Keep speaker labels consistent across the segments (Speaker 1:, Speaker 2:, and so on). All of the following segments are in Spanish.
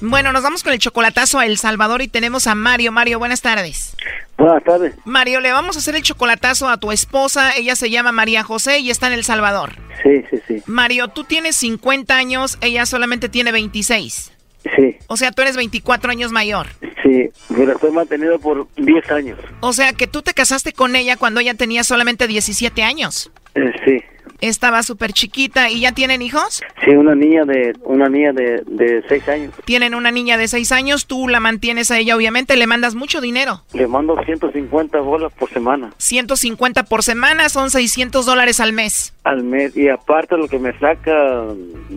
Speaker 1: Bueno, nos vamos con el chocolatazo a El Salvador y tenemos a Mario. Mario, buenas tardes.
Speaker 2: Buenas tardes.
Speaker 1: Mario, le vamos a hacer el chocolatazo a tu esposa. Ella se llama María José y está en El Salvador.
Speaker 2: Sí, sí, sí.
Speaker 1: Mario, tú tienes 50 años, ella solamente tiene 26.
Speaker 2: Sí,
Speaker 1: O sea, tú eres 24 años mayor.
Speaker 2: sí. Pero fue mantenido por 10 años.
Speaker 1: O sea, que tú te casaste con ella cuando ella tenía solamente 17 años.
Speaker 2: Eh, sí.
Speaker 1: Estaba súper chiquita y ya tienen hijos.
Speaker 2: Sí, una niña de una niña de, de 6 años.
Speaker 1: Tienen una niña de 6 años, tú la mantienes a ella, obviamente, le mandas mucho dinero.
Speaker 2: Le mando 150 bolas por semana
Speaker 1: 150 por semana son 600 dólares al mes.
Speaker 2: al mes. Y aparte lo que me saca,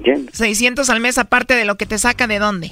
Speaker 2: Jen,
Speaker 1: 600 al mes aparte de lo que te saca de dónde.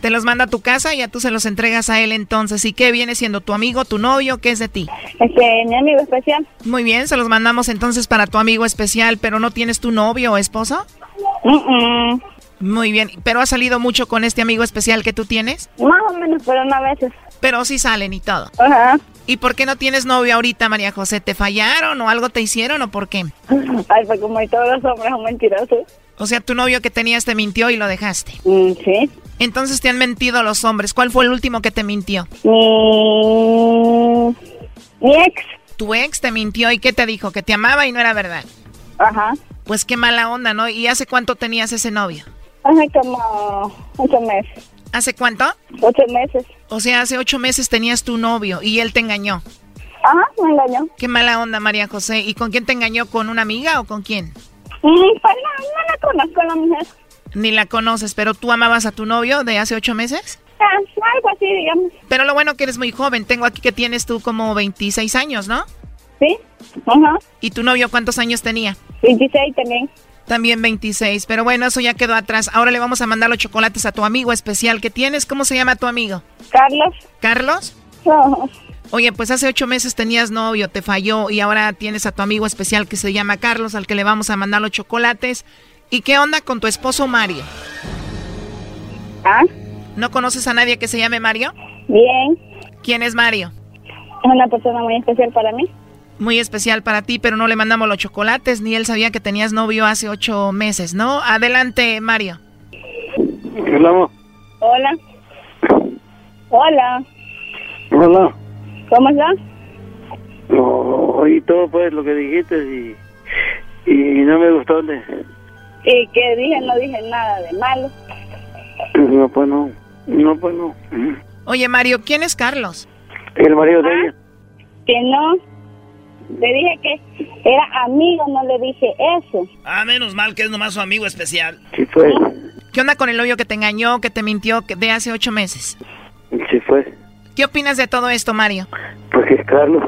Speaker 1: Te los manda a tu casa y ya tú se los entregas a él entonces. ¿Y qué viene siendo tu amigo, tu novio? ¿Qué es de ti?
Speaker 3: Este, mi amigo especial.
Speaker 1: Muy bien, se los mandamos entonces para tu amigo especial, pero ¿no tienes tu novio o esposo?
Speaker 3: Mm, mm.
Speaker 1: Muy bien, pero has salido mucho con este amigo especial que tú tienes,
Speaker 3: Más o menos, pero no a veces.
Speaker 1: pero sí salen y todo.
Speaker 3: Ajá.
Speaker 1: ¿Y por qué no tienes novio ahorita, María José? ¿Te fallaron o algo te hicieron o por qué?
Speaker 3: Ay, pues como y todos los hombres son mentirosos.
Speaker 1: O sea, tu novio que tenías te mintió y lo dejaste.
Speaker 3: Mm, sí.
Speaker 1: Entonces te han mentido los hombres. ¿Cuál fue el último que te mintió?
Speaker 3: Mi, mi ex.
Speaker 1: Tu ex te mintió y ¿qué te dijo? Que te amaba y no era verdad.
Speaker 3: Ajá.
Speaker 1: Pues qué mala onda, ¿no? ¿Y hace cuánto tenías ese novio?
Speaker 3: Hace como ocho meses.
Speaker 1: ¿Hace cuánto?
Speaker 3: Ocho meses.
Speaker 1: O sea, hace ocho meses tenías tu novio y él te engañó.
Speaker 3: Ajá, me engañó.
Speaker 1: Qué mala onda, María José. ¿Y con quién te engañó? ¿Con una amiga o con quién?
Speaker 3: Mm, pues no, no la conozco la mujer.
Speaker 1: Ni la conoces, pero tú amabas a tu novio de hace ocho meses.
Speaker 3: Ah, algo así, digamos.
Speaker 1: Pero lo bueno que eres muy joven. Tengo aquí que tienes tú como 26 años, ¿no?
Speaker 3: ¿Sí? Ajá.
Speaker 1: ¿Y tu novio cuántos años tenía?
Speaker 3: 26 también.
Speaker 1: También 26. Pero bueno, eso ya quedó atrás. Ahora le vamos a mandar los chocolates a tu amigo especial que tienes. ¿Cómo se llama tu amigo?
Speaker 3: Carlos.
Speaker 1: ¿Carlos?
Speaker 3: Ajá.
Speaker 1: Oye, pues hace ocho meses tenías novio, te falló y ahora tienes a tu amigo especial que se llama Carlos, al que le vamos a mandar los chocolates. ¿Y qué onda con tu esposo Mario?
Speaker 3: Ah,
Speaker 1: ¿No conoces a nadie que se llame Mario?
Speaker 3: bien.
Speaker 1: ¿Quién es Mario?
Speaker 3: Es una persona muy especial para mí.
Speaker 1: Muy especial para ti, pero no le mandamos los chocolates, ni él sabía que tenías novio hace ocho meses, ¿no? Adelante, Mario.
Speaker 2: Hola,
Speaker 3: Hola. Hola.
Speaker 2: hola.
Speaker 3: ¿Cómo estás?
Speaker 2: Oí todo pues lo que dijiste y, y no me gustó. ¿no?
Speaker 3: ¿Y qué dije? No dije nada de malo.
Speaker 2: No, pues no. No, pues no.
Speaker 1: Oye, Mario, ¿quién es Carlos?
Speaker 2: El marido de ella.
Speaker 3: Ah, Que no. Le dije que era amigo, no le dije eso.
Speaker 4: Ah, menos mal que es nomás su amigo especial.
Speaker 2: Sí fue.
Speaker 1: ¿Qué onda con el novio que te engañó, que te mintió que- de hace ocho meses?
Speaker 2: Sí fue.
Speaker 1: ¿Qué opinas de todo esto, Mario?
Speaker 2: Porque es Carlos.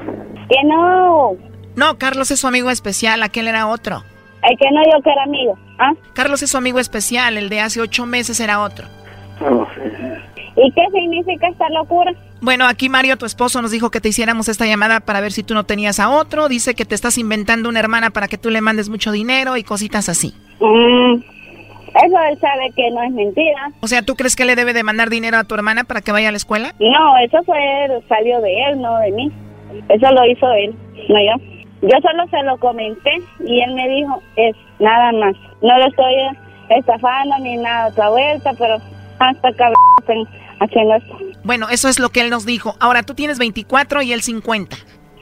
Speaker 3: Que no.
Speaker 1: No, Carlos es su amigo especial, aquel era otro.
Speaker 3: El que no yo que era amigo. ¿Ah?
Speaker 1: Carlos es su amigo especial, el de hace ocho meses era otro.
Speaker 2: No sé.
Speaker 3: ¿Y qué significa esta locura?
Speaker 1: Bueno, aquí Mario, tu esposo, nos dijo que te hiciéramos esta llamada para ver si tú no tenías a otro. Dice que te estás inventando una hermana para que tú le mandes mucho dinero y cositas así.
Speaker 3: Mm, Eso él sabe que no es mentira.
Speaker 1: O sea, ¿tú crees que le debe de mandar dinero a tu hermana para que vaya a la escuela?
Speaker 3: No, eso fue, salió de él, no de mí. Eso lo hizo él, no yo. Yo solo se lo comenté y él me dijo, es nada más. No lo estoy estafando ni nada otra vuelta, pero hasta cabrón están haciendo esto.
Speaker 1: Bueno, eso es lo que él nos dijo. Ahora, tú tienes 24 y él 50.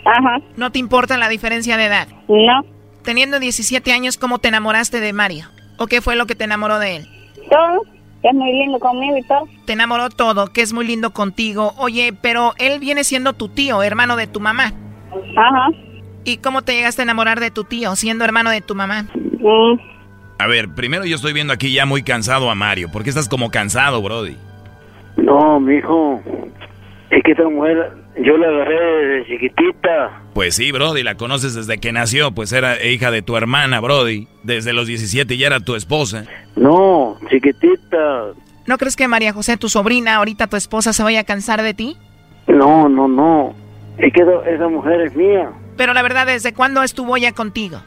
Speaker 3: Ajá,
Speaker 1: No te importa la diferencia de edad.
Speaker 3: no.
Speaker 1: Teniendo 17 años, ¿cómo te enamoraste de Mario? ¿O qué fue lo que te enamoró de él?
Speaker 3: Todo, que es muy lindo conmigo y todo.
Speaker 1: Te enamoró todo, que es muy lindo contigo. Oye, pero él viene siendo tu tío, hermano de tu mamá.
Speaker 3: Ajá.
Speaker 1: ¿Y cómo te llegaste a enamorar de tu tío, siendo hermano de tu mamá?
Speaker 3: Mm,
Speaker 5: A ver, primero yo estoy viendo aquí ya muy cansado a Mario. ¿Por qué estás como cansado, Brody?
Speaker 2: No, mijo. Es que esta mujer, yo la agarré desde chiquitita.
Speaker 5: Pues sí, Brody, la conoces desde que nació, pues era hija de tu hermana, Brody. Desde los 17 ya era tu esposa.
Speaker 2: No, chiquitita.
Speaker 1: ¿No crees que María José, tu sobrina, ahorita tu esposa, se vaya a cansar de ti?
Speaker 2: No, no, no. Es que esa, esa mujer es mía.
Speaker 1: Pero la verdad, ¿desde cuándo estuvo ya contigo?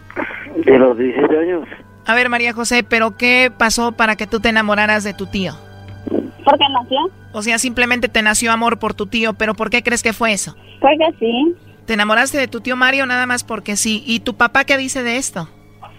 Speaker 2: De los 17 años.
Speaker 1: A ver, María José, ¿pero qué pasó para que tú te enamoraras de tu tío?
Speaker 3: Porque nació,
Speaker 1: O sea, simplemente te nació amor por tu tío, pero ¿por qué crees que fue eso?
Speaker 3: porque sí.
Speaker 1: ¿Te enamoraste de tu tío Mario nada más porque sí? ¿Y tu papá qué dice de esto?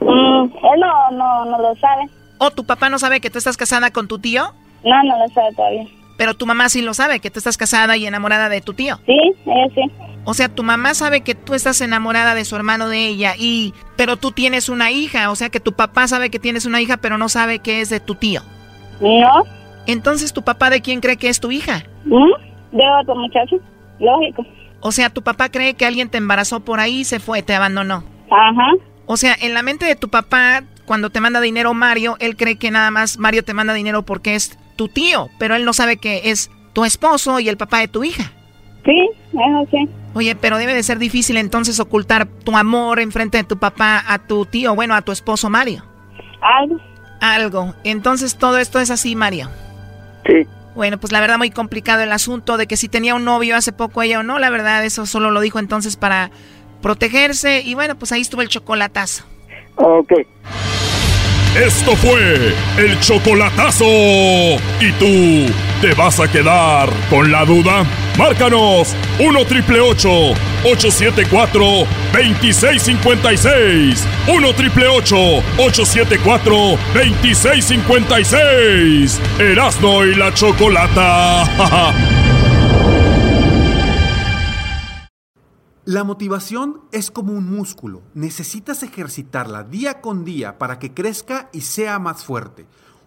Speaker 3: Mm, él no, no, no lo sabe.
Speaker 1: ¿O tu papá no sabe que tú estás casada con tu tío?
Speaker 3: No, no lo sabe todavía.
Speaker 1: Pero tu mamá sí lo sabe, que tú estás casada y enamorada de tu tío.
Speaker 3: Sí, ella sí.
Speaker 1: O sea, tu mamá sabe que tú estás enamorada de su hermano de ella y pero tú tienes una hija, o sea que tu papá sabe que tienes una hija pero no sabe que es de tu tío.
Speaker 3: No,
Speaker 1: Entonces, ¿tu papá de quién cree que es tu hija?
Speaker 3: ¿Mm? De otro muchacho, lógico.
Speaker 1: O sea, tu papá cree que alguien te embarazó por ahí y se fue, te abandonó.
Speaker 3: Ajá,
Speaker 1: O sea, en la mente de tu papá, cuando te manda dinero Mario, él cree que nada más Mario te manda dinero porque es tu tío, pero él no sabe que es tu esposo y el papá de tu hija.
Speaker 3: sí, eso sí.
Speaker 1: Oye, pero debe de ser difícil entonces ocultar tu amor enfrente de tu papá a tu tío, bueno, a tu esposo Mario.
Speaker 3: Algo,
Speaker 1: Algo. Entonces todo esto es así, Mario.
Speaker 2: Sí.
Speaker 1: Bueno, pues la verdad muy complicado el asunto de que si tenía un novio hace poco ella o no, la verdad eso solo lo dijo entonces para protegerse y bueno, pues ahí estuvo el chocolatazo.
Speaker 2: Ok.
Speaker 6: Esto fue el chocolatazo. ¿Y tú te vas a quedar con la duda? Márcanos 1 triple 874 2656. 1 triple 874 2656. Erasno y la chocolata.
Speaker 7: La motivación es como un músculo. Necesitas ejercitarla día con día para que crezca y sea más fuerte.